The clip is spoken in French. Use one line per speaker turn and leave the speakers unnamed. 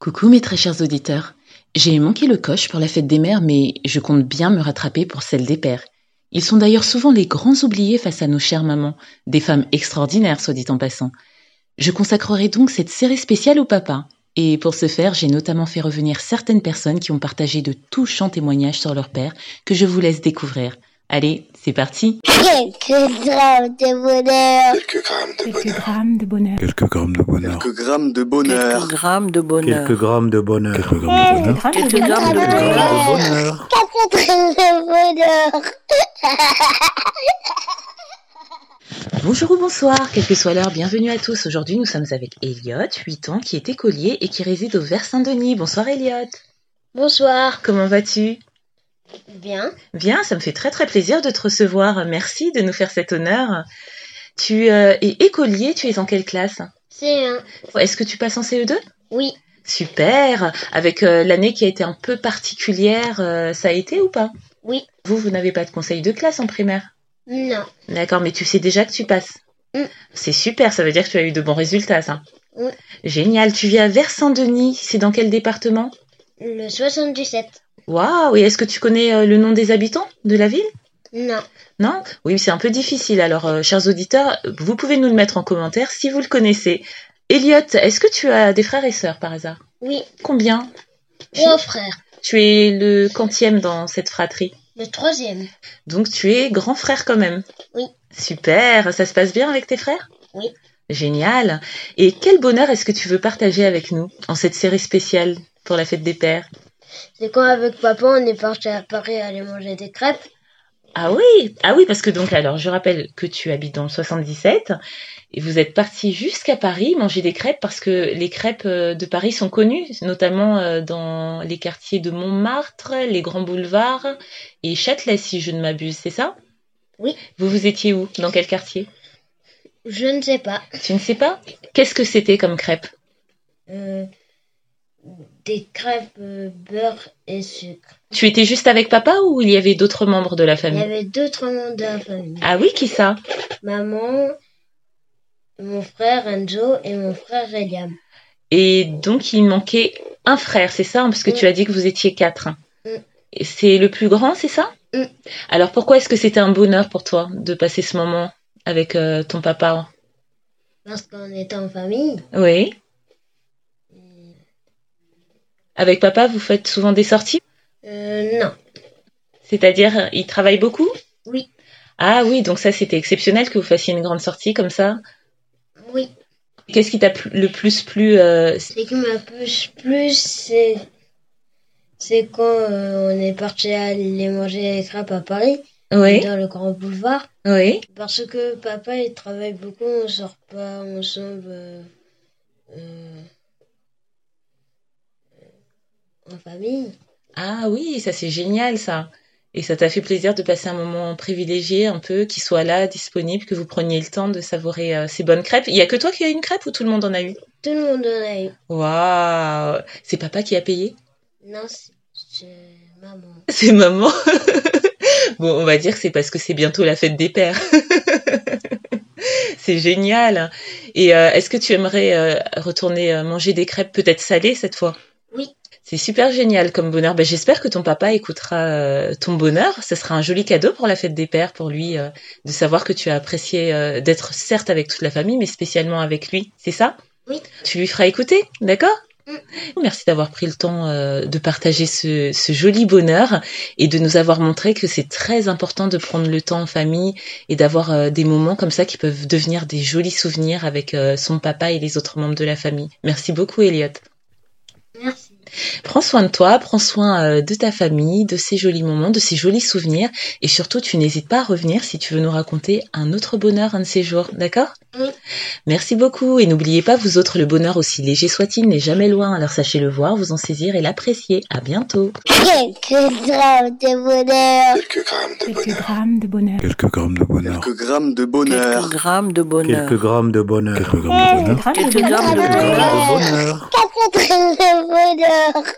Coucou mes très chers auditeurs. J'ai manqué le coche pour la fête des mères, mais je compte bien me rattraper pour celle des pères. Ils sont d'ailleurs souvent les grands oubliés face à nos chères mamans, des femmes extraordinaires, soit dit en passant. Je consacrerai donc cette série spéciale au papa. Et pour ce faire, j'ai notamment fait revenir certaines personnes qui ont partagé de touchants témoignages sur leur père que je vous laisse découvrir. Allez, c'est parti
Quelques grammes de bonheur.
Quelques grammes de
Quelques
bonheur.
grammes de bonheur.
Quelques grammes de bonheur.
Quelques grammes de
Quelques
bonheur.
grammes de bonheur.
Quelques grammes de bonheur.
Quelques grammes de bonheur.
Quelques grammes de bonheur.
bonheur. Quatre grammes de bonheur.
Bonjour ou bonsoir, quelle que soit l'heure, bienvenue à tous. Aujourd'hui, nous sommes avec Elliot, 8 ans, qui est écolier et qui réside au Vers Saint-Denis. Bonsoir Elliot
Bonsoir.
Comment vas-tu
Bien.
Bien, ça me fait très très plaisir de te recevoir. Merci de nous faire cet honneur. Tu euh, es écolier, tu es en quelle classe
C'est un.
Est-ce que tu passes en CE2
Oui.
Super Avec euh, l'année qui a été un peu particulière, euh, ça a été ou pas
Oui.
Vous, vous n'avez pas de conseil de classe en primaire
Non.
D'accord, mais tu sais déjà que tu passes
Mm.
C'est super, ça veut dire que tu as eu de bons résultats, ça.
Oui.
Génial, tu vis à Vers-Saint-Denis, c'est dans quel département
Le 77.
Waouh, et est-ce que tu connais euh, le nom des habitants de la ville
Non.
Non Oui, c'est un peu difficile. Alors, euh, chers auditeurs, vous pouvez nous le mettre en commentaire si vous le connaissez. Elliot, est-ce que tu as des frères et sœurs par hasard
Oui.
Combien
Trois frères.
Tu es le quantième dans cette fratrie.
Le troisième.
Donc tu es grand frère quand même.
Oui.
Super, ça se passe bien avec tes frères
Oui.
Génial. Et quel bonheur est-ce que tu veux partager avec nous en cette série spéciale pour la fête des pères
C'est quand avec papa on est parti à Paris aller manger des crêpes.
Ah oui, ah oui, parce que donc alors je rappelle que tu habites dans le 77 et vous êtes parti jusqu'à Paris manger des crêpes parce que les crêpes euh, de Paris sont connues, notamment euh, dans les quartiers de Montmartre, les grands boulevards et Châtelet si je ne m'abuse, c'est ça
Oui.
Vous vous étiez où Dans quel quartier
Je ne sais pas.
Tu ne sais pas Qu'est-ce que c'était comme crêpe
Euh, des crêpes euh, beurre et sucre.
Tu étais juste avec papa ou il y avait d'autres membres de la
Il y
famille
avait d'autres membres de la famille.
Ah oui, qui ça
Maman, mon frère Enzo et mon frère Eliam.
Et donc il manquait un frère, c'est ça hein, Parce que tu
Mm.
as dit que vous étiez quatre.
Mm.
Et C'est le plus grand, c'est ça
Mm.
Alors pourquoi est-ce que c'était un bonheur pour toi de passer ce moment avec euh, ton papa
Parce qu'on était en famille.
Oui. Avec papa, vous faites souvent des sorties
Euh, non.
C'est-à-dire, euh, il travaille beaucoup
Oui.
Ah oui, donc ça c'était exceptionnel que vous fassiez une grande sortie comme ça.
Oui.
Qu'est-ce qui t'a plu- le plus plu euh,
Ce qui m'a plus plus, c'est c'est quand euh, on est parti aller manger les crêpes à Paris,
Oui,
dans le Grand Boulevard,
oui.
parce que papa il travaille beaucoup, on sort pas ensemble euh, euh, en famille.
Ah oui, ça c'est génial ça. Et ça t'a fait plaisir de passer un moment privilégié un peu, qu'il soit là, disponible, que vous preniez le temps de savourer euh, ces bonnes crêpes. Il y a que toi qui as une crêpe ou tout le monde en a eu
Tout le monde en a eu.
Waouh C'est papa qui a payé
Non, c'est- c'est maman.
C'est maman Bon, on va dire que c'est parce que c'est bientôt la fête des pères. C'est génial. Et euh, est-ce que tu aimerais euh, retourner euh, manger des crêpes peut-être salées cette fois
Oui.
C'est super génial comme bonheur. Ben, J'espère que ton papa écoutera euh, ton bonheur. Ce sera un joli cadeau pour la fête des pères, pour lui, euh, de savoir que tu as apprécié euh, d'être certes avec toute la famille, mais spécialement avec lui. C'est ça
Oui. Mm.
Tu lui feras écouter, d'accord Merci d'avoir pris le temps euh, de partager ce, ce joli bonheur et de nous avoir montré que c'est très important de prendre le temps en famille et d'avoir euh, des moments comme ça qui peuvent devenir des jolis souvenirs avec euh, son papa et les autres membres de la famille. Merci beaucoup, Elliot.
Merci.
Prends soin de toi, prends soin euh, de ta famille, de ces jolis moments, de ces jolis souvenirs et surtout tu n'hésites pas à revenir si tu veux nous raconter un autre bonheur un de ces jours, d'accord
Oui.
Merci beaucoup et n'oubliez pas vous autres le bonheur aussi léger soit-il n'est jamais loin alors sachez le voir, vous en saisir et l'apprécier. À bientôt.
Quelques grammes de bonheur.
Quelques grammes de
Quelques
bonheur.
grammes de bonheur.
Quelques grammes de bonheur.
Quelques grammes de bonheur.
Quelques grammes de bonheur.
Quelques grammes de bonheur.
Quelques grammes de bonheur.
Quelques grammes de bonheur.
Quatre grammes de bonheur.